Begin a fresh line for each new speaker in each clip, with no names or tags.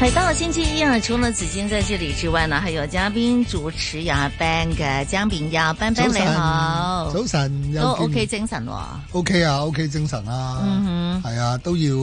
係到了星期一啊，除了紫金在這裏之外呢，還有嘉賓主持人阿 Ben 嘅姜炳耀，Ben Ben
早
你
晨
好，
早晨又
都
見
OK 精神喎、
OK 啊，OK 精神啊，
嗯
係啊，都要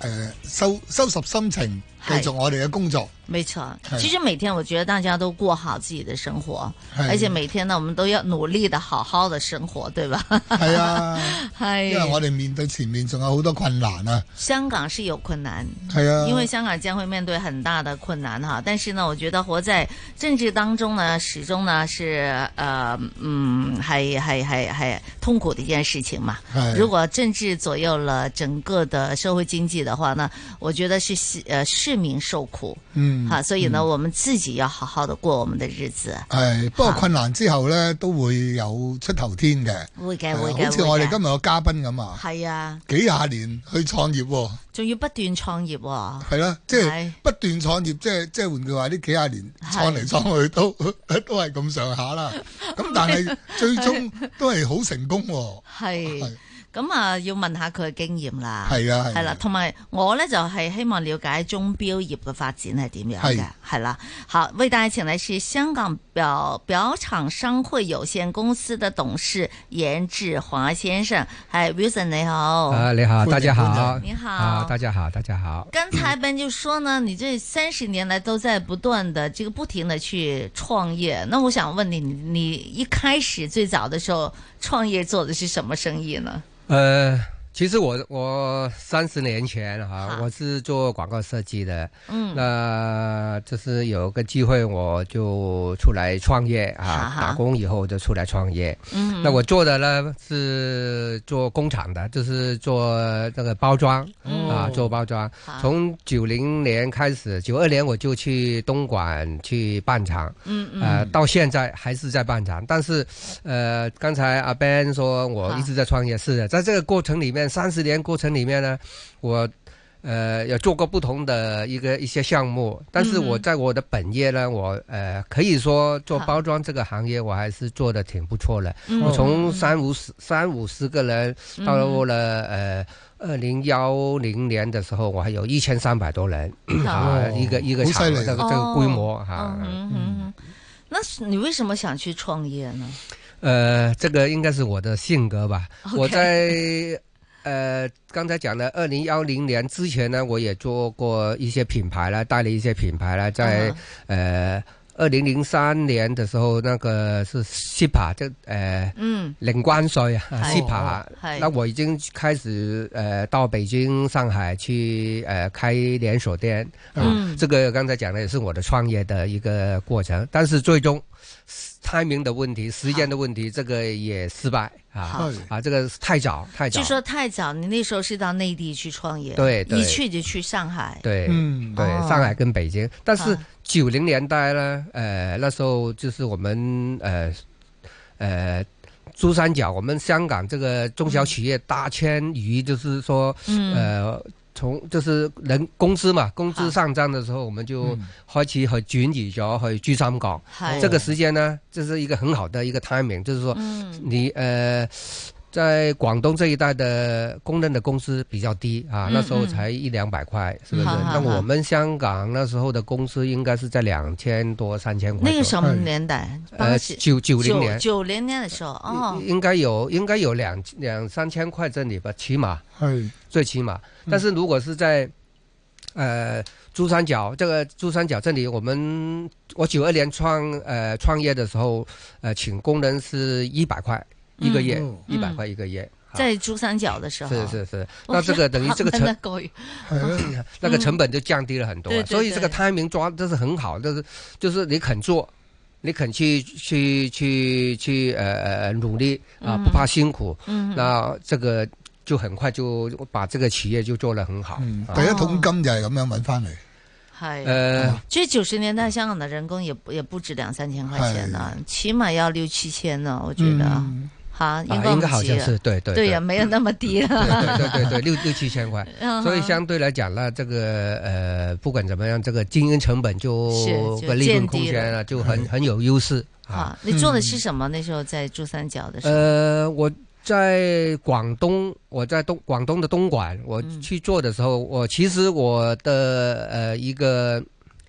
诶收收拾心情，繼
係
續我哋嘅工 作。
没错，
是
其实每天我觉得大家都过好自己的生活，
是
而且每天呢，我们都要努力的好好的生活，对 吧？
係啊，
系
因為我哋面對前面仲有好多困難啊。
香港是有困难，
係啊，
因为香港将会面对很大的困难哈。但是呢，我觉得活在政治当中呢，始终呢是呃嗯，系系系系痛苦的一件事情嘛。
係
如果政治左右了整个的社会经济的话呢，我觉得是市呃市民受苦。
嗯
好，所以呢，我们自己要好好的过我们的日子。
係不過困難之後咧，都會有出頭天嘅。
會嘅
係啊
會嘅
好似
會
我哋
嘅
今日個嘉賓咁啊，
係啊，
幾廿年去創業喎。
仲要不斷創業喎。
係啦，即係
係
不斷創業，即係即係換句話，呢幾廿年
係
創嚟創去都 都係咁上下啦。 咁但
啊
係最終都係好成功喎。
係。咁啊，要問下佢嘅經驗啦。
係啊係啊
係啦，同埋我咧就係希望了解鐘錶業嘅發展係點樣嘅
係，
係啦。好，為大家請嚟是香港表表廠商會有限公司的董事嚴志華先生。係 Wilson 你好。
啊，你好，
欢迎
大家
欢
好，
迎你好
啊，大家好，大家好。
刚才 Ben 就说呢，你这三十年来都在不断的这个不停的去创业。那我想问你，你你一开始最早的时候创业做的是什么生意呢？
呃，其实我我三十年前啊
好，
我是做广告设计的，
嗯，
那就是有个机会我就出来创业
哈
啊，
哈
打工以后就出来创业。
嗯
那我做的呢是做工厂的，就是做那个包装
嗯
啊，做包装。
好
从九零年开始，九二年我就去东莞去办厂。
嗯嗯
呃，到现在还是在办厂，但是，呃，刚才阿 Ben 说我一直在创业，
啊
是的，在这个过程里面，三十年过程里面呢，我，呃，有做过不同的一个一些项目，但是我
嗯哼
在我的本业呢，我呃可以说做
好
包装这个行业，我还是做的挺不错的。
嗯
啊我从三五十三五十个人，到了呃二零幺零年的时候，我还有一千三百多人
好
啊，一个一个
好
厂
犀利
这个这个规模哈。
嗯嗯嗯嗯，那是你为什么想去创业呢？
呃，这个应该是我的性格吧。
OK
我在呃刚才讲的二零幺零年之前呢，我也做过一些品牌啦，带了一些品牌啦，在、呃二零零三年的时候，那个是 SIPA 这呃
嗯
零关税啊
哎
，SIPA
哎。
那我已经开始呃到北京、上海去呃开连锁店啊、
嗯
这个刚才讲的也是我的创业的一个过程，但是最终 timing 的问题、时间的问题，这个也失败
好
啊
係
啊，这个是太早太早
据，说太早，你那时候是到内地去创业，
对对
一去就去上海，
对。
嗯，
对，
哦
上海跟北京，但是
啊
九零年代呢，呃，那时候就是我们呃呃珠三角，我们香港这个中小企业大迁移，就是说、
嗯
呃，从就是人工资嘛，工
好
资上涨的时候，我们就
嗯
开始去轉移咗去珠三角。
係
这个时间呢，这是一个很好的一个 timing，就是说
嗯
你呃。在广东这一带的工人的工资比较低啊
嗯，
那时候才一两百块，是不是？
好好
那
好
我们香港那时候的工资应该是在两千多、三千块左右。
那个什么年代？八
呃，
十
九九零年，嗯
九零年的时候哦，
应该有应该有两两三千块这里吧，起码。
係
最起码。
嗯
但是如果是在呃珠三角这个珠三角这里，我们我九二年创呃创业的时候，呃请工人是一百块一个月
嗯，
一百、
嗯
块一个月。啊
在珠三角的时候，哦
是是是，
哇，
那这个等于 这个
他们
成
那个嗯
係啊，
那个成本就降低了很多啊、
对对
所以这个
对
timing 抓这是很好，就是就是你肯做，你肯去去去去呃呃呃努力啊，不怕辛苦，
嗯
那这个就很快就把这个企业就做得很好。
嗯
啊
第一桶金就係咁樣揾翻嚟，
係。
呃，
所以九十年代香港的人工也不也不止两三千块钱呢、起码要六七千呢，我觉得
嗯
哈、应
啊，
该
应
不
该好
止
像是对
对
对对
呀、没有那么低了。
对对对对，六六七千块。
嗯
所以
哼
相对来讲呢，这个呃，不管怎么样，这个经营成本就是
就
和利润
降低
空间啊，就很
嗯
很有优势啊。
啊，你做的是什么？那时候在珠三角的时候，
呃，我在广东，我在东广东的东莞，我
嗯
去做的时候，我其实我的呃一个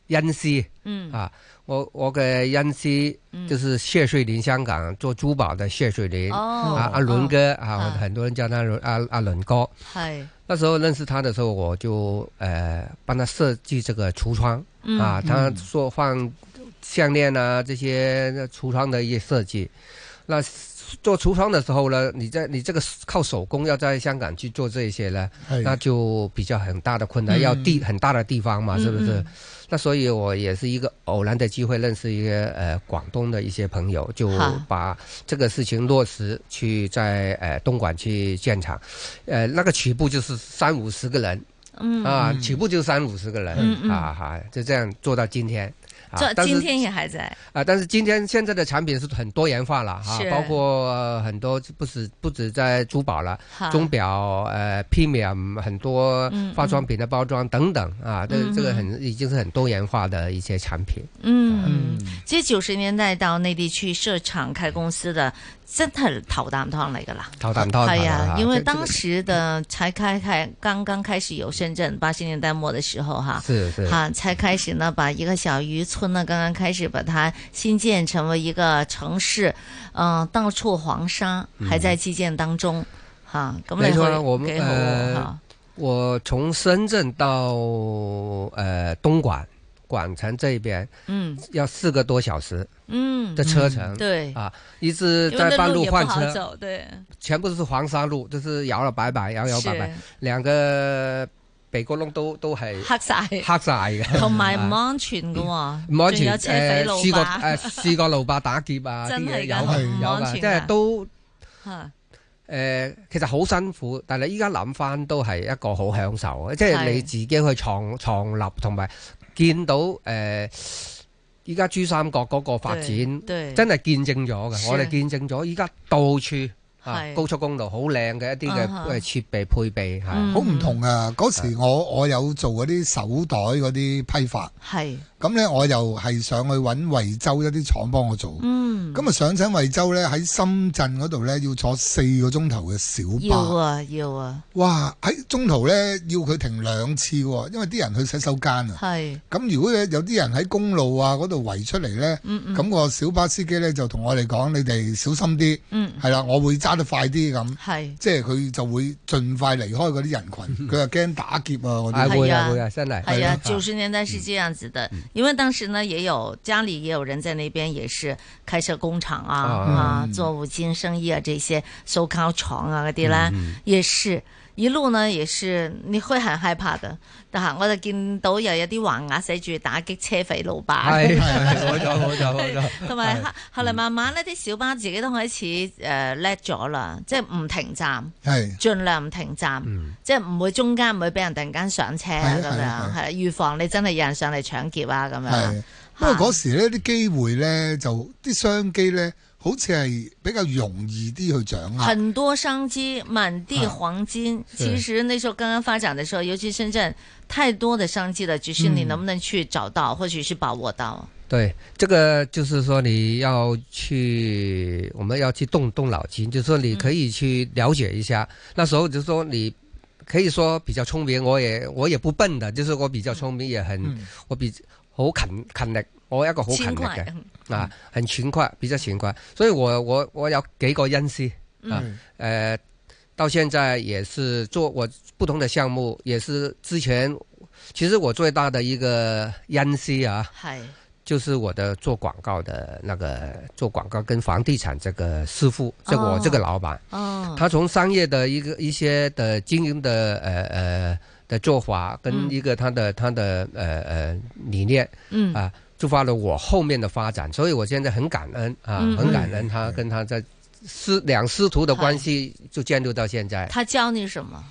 恩师，
嗯
啊我我给恩师
嗯
就是谢瑞麟，香港做珠宝的谢瑞麟、
哦
啊，阿伦，啊哥、
啊
啊，很多人叫他伦阿阿伦哥。
系
那时候认识他的时候，我就呃帮他设计这个橱窗
嗯
啊，他说放项链啊这些橱窗的一些设计。那做橱窗的时候呢，你在你这个靠手工要在香港去做这些呢，
哎
係
那就比较很大的困难，
嗯
要地很大的地方嘛，是不是？
嗯
那所以我也是一个偶然的机会认识一个呃广东的一些朋友，就
好
把这个事情落实去在呃东莞去建厂，呃那个起步就是三五十个人
嗯
啊，
嗯
起步就三五十个人、
嗯嗯
啊哈，就这样做到今天。啊
做
但是
今天也还在，
啊，但是今天现在的产品是很多元化了哈、
是
包括、呃很多不止不止在珠宝了，
哈
钟表、呃 premium 很多
嗯
化妆品的包装等等啊，这
嗯
这个很已经是很多元化的一些产品。
嗯，即系九十年代到內地去設廠開公司的，真係頭啖湯嚟㗎啦。
淘淘淘淘
係
淘
啊，
淘
因為
这
當時的才開開，剛剛開始有深圳，八十年代末的時候哈。
是是
哈，才开始呢，把一个小渔村呢，刚刚开始把它新建成为一个城市，嗯、到处黄沙还在基建当中，哈、咁
嗯没
你
错啊
去
我们
幾好
呃
哈
我从深圳到呃东莞莞城这边
嗯
要四个多小时
嗯
的，车程，
对，
啊，一直
因为
在
那
半
路
路
也不
换
好
车，
走，对，
全部都是黄沙路，就是摇摇摆摆，摇摇摆摆，
是
两个鼻哥窿都都系
黑晒。
黑晒嘅。
同埋唔安全嘅喎，
唔安
仲
全
有車匪
誒
路
試過
霸，
誒試過路霸打劫啊，啲
真
嘢
係
有
㗎啊
㗎
唔
有
安
㗎，
全
即
㗎
係都
嚇
誒，其實好辛苦，但係依家諗翻都係一個好享受嘅，即係
係
你自己去創創立同埋見到誒，依家珠三角嗰個發展
對
真係見證咗
是
嘅，我哋見證咗依家到處啊
係
高速公路好靚嘅一啲嘅
啊哈
誒設備配備
嗯
係
好唔同啊！嗰時我我有做嗰啲手袋嗰啲批發，
係，
咁咧我又係上去揾惠州一啲廠幫我做。
嗯，
咁啊上親惠州咧喺深圳嗰度咧要坐四個鐘頭嘅小
要
巴，
啊要啊，
哇！喺中途咧要佢停兩次喎，因為啲人去洗手間啊。
係，
咁如果有啲人喺公路啊嗰度圍出嚟咧，
嗯嗯
咁個小巴司機咧就同我哋講：你哋小心啲，
嗯
係啦，我會揸得快啲咁。
係，
即係佢就會盡快離開嗰啲人群，佢又驚打劫啊嗰
啊
啲。
嗯
會
係啊
啊會啊 真係
係
係
啊，
啊
九十年代是這樣子的，因為當時呢也有家裡也有人在那邊也是開設工廠啊
啊
啊
嗯，
做五金生意啊這些收靠廠啊嗰啲啦，也是。一路呢，也是你會很害怕的，但係我就見到又有啲橫額寫住打擊車匪路霸，
係係冇錯冇錯冇錯。
同埋後後嚟慢慢呢啲小巴自己都開始誒叻咗啦，即係唔停站，
係
盡量唔停站，即係唔會中間唔會俾人突然間上車啊咁
係啊係
樣
啊，
係預防你真係有人上嚟搶劫啊咁樣
係。，不過嗰時呢啲機會咧就啲商機咧，好似係比較容易啲去掌握。
很多商機，滿地黃金。其
是
實那時候剛剛發展的時候，尤其深圳，太多的商機了，只是你能不能去找到，或许是把握到。
对，这个就是说你要去，我们要去动动脑筋，就是说你可以去了解一下。那时候就是说你可以说比较聪明，我也我也不笨的，就是我比较聪明，也很、
嗯
我比好勤勤力，我一個好勤
千
力
塊
嘅，啊，很勤快，比較勤快。所以我我我有幾個恩師，啊
嗯
呃，到現在也是做我不同的項目，也是之前其實我最大的一个恩師啊。
係
就是我的做广告的那个做广告跟房地产这个师傅，这
哦
我这个老板，
哦，
他从商业的一个一些的经营的呃呃的做法，
嗯
跟一个他的、他的呃呃理念
嗯
啊，触发了我后面的发展，所以我现在很感恩啊，
嗯
很感恩他跟他在师两师徒的关系
嗯
就建立到现在。
他教你什么？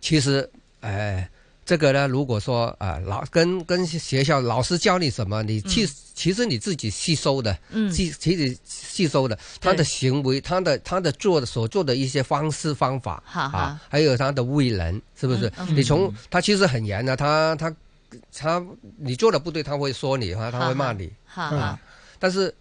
其实，呃，这个呢，如果说啊、老跟跟学校老师教你什么，你去、其实你自己吸收的，
嗯
吸其实吸收的他的行为，他的他的做的所做的一些方式方法
好好
啊，还有他的为人，是不是？
嗯嗯
你从他其实很严的，他他他你做的不对，他会说你，他他会骂你，
好好，
但是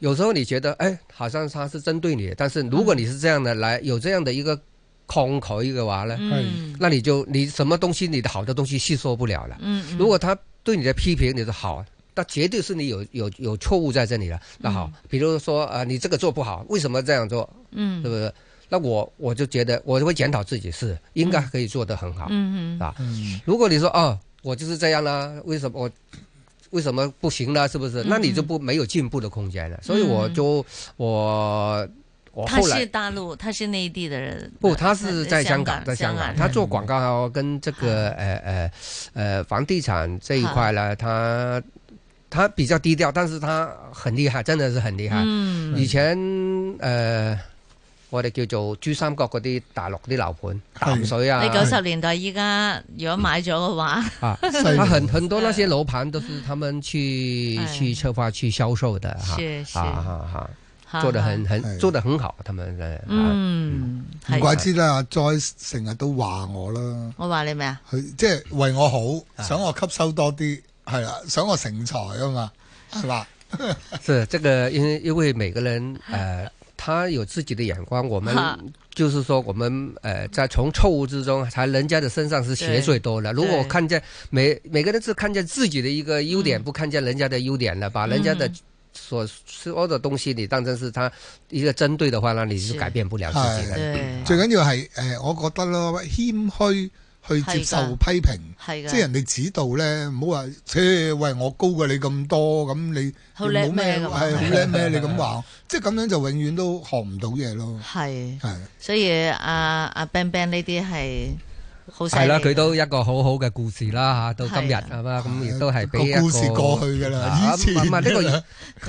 有时候你觉得，哎，好像他是针对你的，但是如
嗯
果你是这样的、来有这样的一个空口一个娃呢，
嗯
那你就你什么东西你的好的东西吸收不了了。
嗯，嗯
如果他对你的批评你说好，那绝对是你有有有错误在这里了。那好，比如说啊、呃你这个做不好，为什么这样做？
嗯
是不是？那我我就觉得我就会检讨自己，是应该可以做得很好。
嗯嗯
啊。
嗯
如果你说哦，我就是这样啦，为什么我为什么不行啦？是不是？那你就
嗯
不没有进步的空间了。所以我就我我
他
哦后
是
来。
大陆，他是内地的人，
不，他是在香港，在香
呃香港，
港，
嗯
他做广告跟这个呃呃呃房地产这一块呢，他他比较低调，但是他很厉害，真的是很厉害。
嗯
以前呃，我哋叫做珠三角嗰啲大陸啲樓盤淡水啊，
你九十年代依家如果買咗嘅話，
啊，
犀利
他很很多那些楼盘都是他们去
哎
去策划去销售的哈，
是是
啊啊
哈
啊，做的很
哈
很
哎
做的很好，他们的啊，
嗯，
唔
係
怪之啦，阿 Joyce 成日都話我啦，
我話你咩啊？
佢即係為我好，想我吸收多啲，係啦，想我成才啊嘛，係嘛？
是这个，因为因为每个人呃，他有自己的眼光，我们
哈
就是说我们呃，在从错误之中，才人家的身上是
对
血最多的。如果
对
看见每每个人是看见自己的一个优点，不看见人家的优点了，把人家的
嗯。
所说的东西，你当成是他一个针对的话，那你
是
就改变不了自己了。
對，
最緊要係誒、呃我覺得咯，謙虛去接受批評，
係㗎，
即係人哋指導咧，唔好話，切喂我高過你咁多，咁你
好叻咩
係
咁啊
好叻咩？你咁話，即係咁樣就永遠都學唔到嘢咯，
係，
係。
所以阿阿 Ben Ben 呢啲係好犀利
係啦，佢都一個好好嘅故事啦嚇，到今日
係啊
係嘛，咁亦都係俾一
個故事過去㗎啦
啊
以前
唔係唔係呢個
佢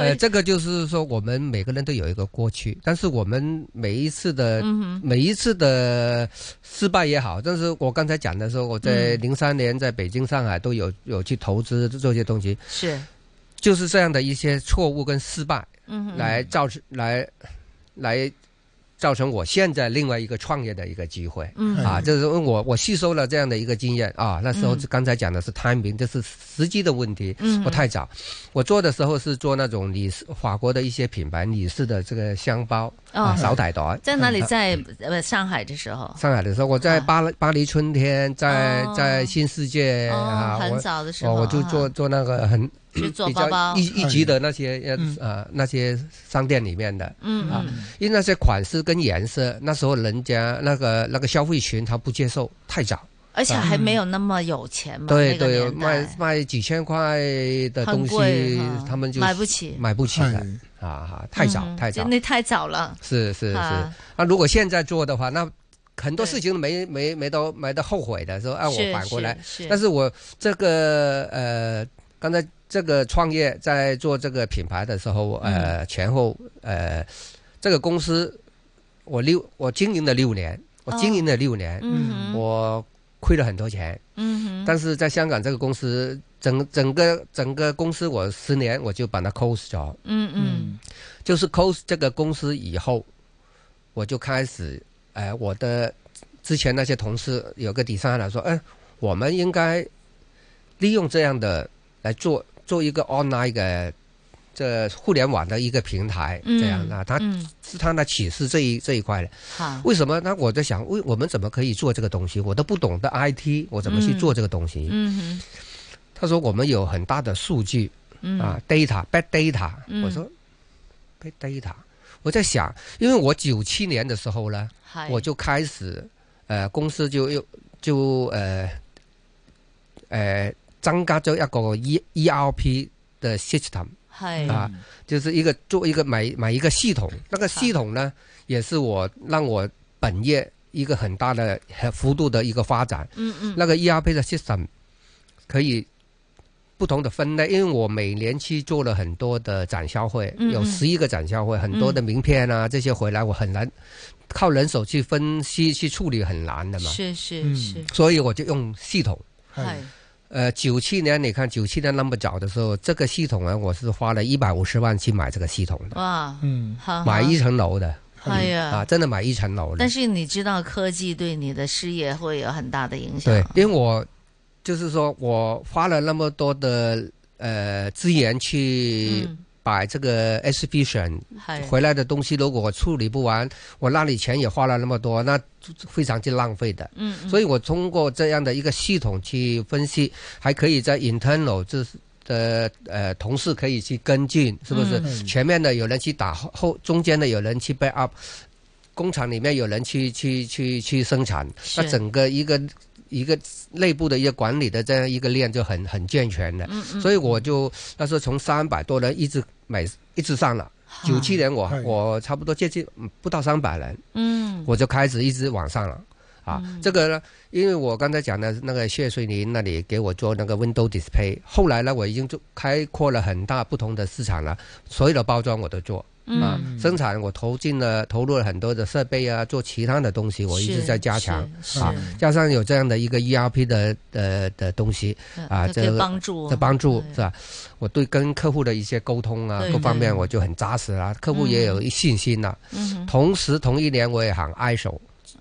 呃，这个就是说，我们每个人都有一个过去，但是我们每一次的、
嗯
每一次的失败也好，但是我刚才讲的时候，我
嗯
在零三年在北京、上海都有有去投资这些东西
哼，，是，
就是这样的一些错误跟失败
嗯哼，
来造成、来来造成我现在另外一个创业的一个机会。
嗯
啊，就是因为我我吸收了这样的一个经验啊，那时候
嗯
刚才讲的是 timing，这是时机的问题。
嗯
我太早，我做的时候是做那种女士法国的一些品牌女士的这个香包啊，嗯
哦
手袋袋。
在哪里？在呃上海的时候，
上海的时候，我在巴黎巴黎春天，在
啊哦
在新世界
哦
啊，，
很
我
早的时候
我
啊，
我就做做那个很
就做
比
包包
较一，一级的那些
嗯
呃啊那些商店里面的，
嗯
啊
嗯，
因为那些款式跟颜色，那时候人家那个那个消费群他不接受，太早。
而且还没有那么有钱嘛，
对
那个
对，
年
卖
代
卖几千块的
很
东
贵
西
哈，
他们就
买不起，
买不起的
係
啊哈，太早
嗯
太早
就，那太早了，
是是是。
啊
啊，如果现在做的话，那很多
对
事情没没没到没到后悔的，说啊我
是
反过来，，
是
但
是
是我这个呃，刚才这个创业在做这个品牌的时候，呃，
嗯
前后呃，这个公司我六我经营了六年，我经营了六年，
嗯哼
我亏了很多钱。
嗯哼，
但是在香港这个公司，整整个整个公司，我十年我就把它 close 掉，
嗯嗯
就是 close 这个公司以后，我就开始，哎、我的之前那些同事有个底上来说，哎、我们应该利用这样的来做做一个 online 的这互联网的一个平台，
嗯，
这样啊，他
嗯
是他的启示这一这一块的。
好，
为什么？那我在想，为我们怎么可以做这个东西？我都不懂得 IT，我怎么去
嗯
做这个东西？
嗯
他说我们有很大的数据
哼嗯
啊，data bad data。
嗯
我说 bad data，我在想，因为我九七年的时候呢，
嗨
我就开始呃公司就又就呃呃增加咗一个 E E R P 的 system，
嗨
啊就是一个做一个买买一个系统，那个系统呢也是我让我本业一个很大的很幅度的一个发展。
嗯嗯
那个 ERP 的 system 可以不同的分类，因为我每年去做了很多的展销会，
嗯嗯嗯
有十一个展销会，很多的名片啊、这些回来，我很难靠人手去分析去处理，很难的嘛。
是是
嗯
是，
所以我就用系统。
係
系
呃，九七年你看九七年那么早的时候，这个系统啊，我是花了一百五十万去买这个系统的，
哇，
嗯
好
买一，层楼的
好哎
啊，
呀！
真的买一层楼的。
啊但是你知道科技对你的事业会有很大的影响，
对，因为我就是说我花了那么多的呃资源去
嗯，
把这个 SP 选
系
回来的东西，如果我处理不完，我那里钱也花了那么多，那非常之浪费的。
嗯，嗯
所以我通过这样的一个系统去分析，还可以在 internal 就是。的呃，同事可以去跟进，是不是？
嗯
前面的有人去打后，后中间的有人去 back up，工厂里面有人去去去去生产，
是
那整个一个一个内部的一个管理的这样一个链就很很健全的。
嗯嗯，
所以我就那时候从三百多人一直每一直上了，
好
九七年我
是
我差不多接近嗯不到三百人，
嗯，
我就开始一直往上了。啊，这个呢，因为我刚才讲的那个谢瑞麟那里给我做那个 window display，后来呢，我已经就开阔了很大不同的市场了，所有的包装我都做啊，
嗯，
生产我投进了投入了很多的设备啊，做其他的东西，我一直
是
在加强。，
是
啊
是
加上有这样的一个 ERP 的呃的东西啊
可
这
可以嗯
个
帮助
的帮助
对
是吧？我对跟客户的一些沟通
哎
啊，
对
各方面
对
我就很扎实啦、客户也有信心啦、
嗯
同时同一年我也喊 ISO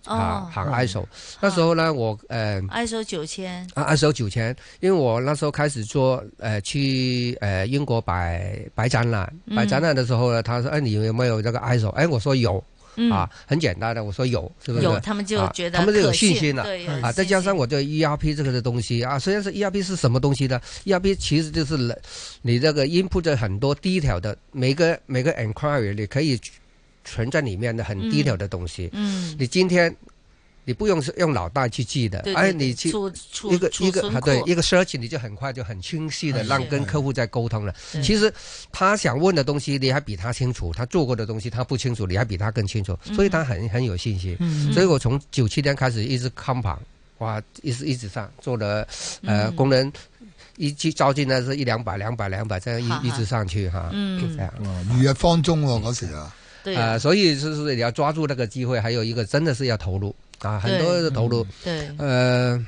哼
啊，
哦啊
喊
嗯
ISO。那时候呢，我呃
，ISO 九千，
二手九千，因为我那时候开始做呃去呃英国摆摆展览，
嗯
摆展览的时候呢，他说哎你有没有这个 ISO？哎我说有
嗯，
啊，很简单的，我说有，是不是？
有他们就
啊
觉得
他们就有
可
信
信
心了
对
啊
啊，再加上我对 ERP 这个的东西啊，实际上是 ERP 是什么东西呢？ERP 其实就是人你这个 input 的很多低调的每个每个 inquiry 你可以存在里面的很低调的东西。
嗯，
你今天你不用用脑袋去记的，
对
哎，
对对
你去
储储
一个
储
一个
存
啊对
库
一个 search 你就很快就很清晰的
嗯
是
让跟客户在沟通了。
对
其实他想问的东西你还比他清楚，他做过的东西他不清楚，你还比他更清楚，
嗯
所以他很很有信心。所以我从九七年开始一直看盘，哇，一直一直上做了，呃，
嗯
工人一去招进来是一两百、两百、两百，这样
哈哈
一一直上去哈。
嗯
这样。
哇如日方中喎嗰時啊，
对
呃，
啊
所以就是你要抓住那个机会，还有一个真的是要投入啊，很多
对
的投入。
对，
呃，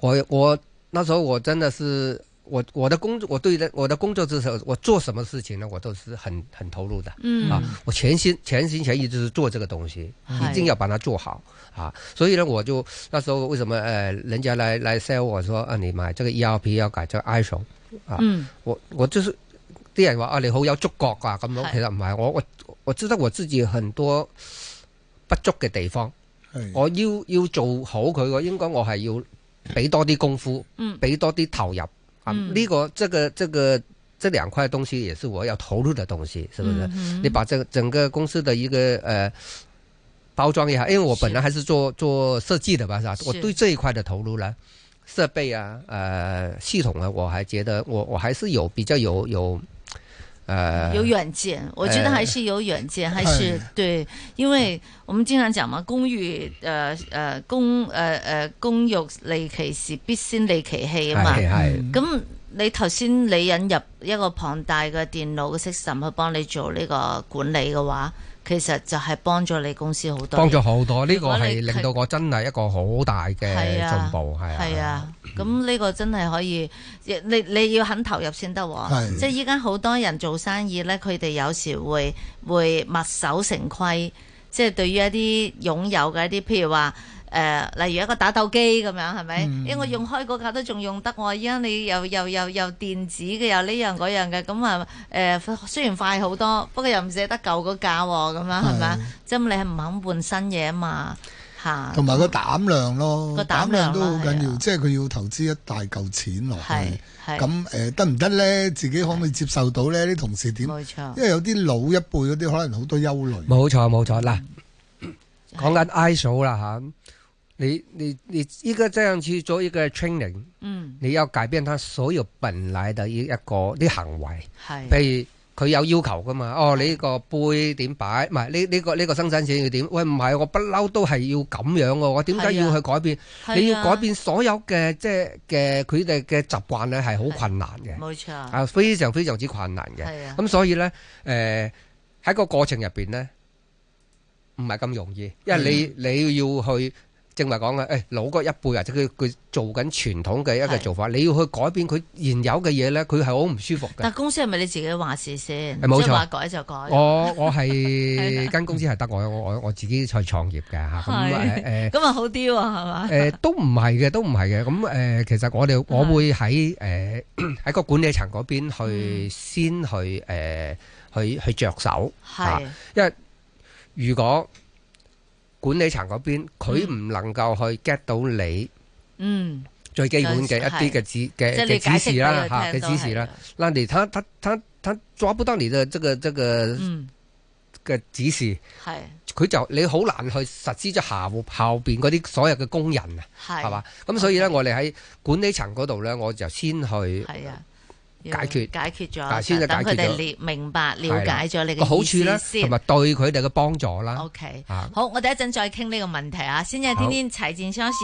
我我那时候我真的是我我的工作，我对的我的工作之手，我做什么事情呢，我都是很很投入的
嗯
啊，我全心全心全意就是做这个东西，
嗨
一定要把它做好啊。所以呢，我就那时候为什么呃，人家来来 sell 我说啊，你买这个 ERP 要改这个 ISO，啊
嗯
我我就是啲人話啊，你好有觸覺啊咁樣，
係
其實唔係，我我我知道我自己很多不足嘅地方。
嗯
係
我要要做好佢嘅，應該我係要俾多啲功夫，
嗯
俾多啲投入啊！呢、
嗯
個這個這個這兩塊東西也是我要投入的東西，是不是？
嗯哼
你把整整個公司的一個呃包裝也好，因為我本來還是做做設計的吧，是吧？
是
我對這一塊的投入呢，設備啊，呃，系統啊，我還覺得我我還是有比較有有呃
有远见，我觉得
呃哎
还是有远见，还是对，因为我们经常讲嘛，呃工欲誒誒工誒誒工欲利其時，必先利其器啊嘛。
係係
嗯
咁你頭先你引入一個龐大嘅電腦嘅 system 去幫你做呢個管理嘅話，其實就係幫咗你公司好多嘢。
幫咗好多，呢、
如
個
果你
係令到我真係一個好大嘅
係啊
進步，係
係啊，咁呢個真係可以，亦你你要肯投入先得喎。
係
即係依家好多人做生意呢，佢哋有時會會墨守成規，即係對於一啲擁有嘅一啲，譬如話。誒、例如一個打鬥機咁樣係咪？
嗯
因為我用開嗰架都仲用得喎，依家你又又又又電子嘅，又呢樣嗰樣嘅，咁啊誒，雖然快好多，不過又唔捨得舊嗰架喎，咁樣係咪啊
係？
即係你係唔肯換新嘢啊嘛嚇。
同埋個膽量咯，
啊個膽
膽
量啦
量都好
係
緊
啊
要，即係佢要投資一大嚿錢落
係
去。
係
咁誒得唔得呢？自己可唔可以接受到呢？啲同事點？
冇錯
因。為有啲老一輩嗰啲可能好多憂慮。
冇錯冇錯嗱，講緊 ISO 啦吓，你你你一個這樣去做一個 training，
嗯，
你要改變他所有本來的一一個啲行為，
係
譬如佢有要求噶嘛？哦，你呢個杯點擺？唔係呢呢個呢個生產線要點？喂，唔係我不嬲都係要咁樣喎，我點
係
解
啊
要去改變？
係
你要
啊
改變所有嘅即係嘅佢哋嘅習慣咧，係好困難嘅，
冇錯，
啊非常非常之困難嘅。
係啊，
咁所以咧，誒、喺個過程入邊咧，唔係咁容易，因為
嗯
你你要去正話講嘅，誒、哎老嗰一輩或者佢佢做緊傳統嘅一個
係
做法，你要去改變佢現有嘅嘢咧，佢係好唔舒服嘅
但。公司係咪你自己話事先？
係冇錯哦
即係話改就改。
我 我
係
係
啊
間公司係得我我我我自己去創業嘅嚇，咁
係
誒誒。
咁啊好啲喎，係嘛？
誒、都唔係嘅，都唔係嘅。咁誒、其實我哋
嗯
我會喺誒喺個管理層嗰邊
嗯
去先去誒、去去着手。啊
係
如果管理層嗰邊佢唔能夠去 get 到你
嗯，
最基本嘅
就
一
係
啲嘅指嘅
即係你解
嘅指
釋
示
俾
啦
佢
嚇
聽
嘅
都
指示
係
啦
啦。，
那你他他他他抓不到你的這個這個
嗯，
嘅指示，
係
佢就你好難去實施咗下後後邊嗰啲所有嘅工人啊，
係
係嘛？？咁所以咧，我哋喺管理層嗰度咧，我就先去
係啊，要
解決
解決咗，
啊先就
等
解
佢
決咗
哋了明白了
係啦
解咗你
個
嘅
好
意
處
思
啦，同
先
埋。對佢哋嘅幫助啦
O K，
啊。
好，我哋一陣再傾呢個問題啊。先有天天齊戰雙時。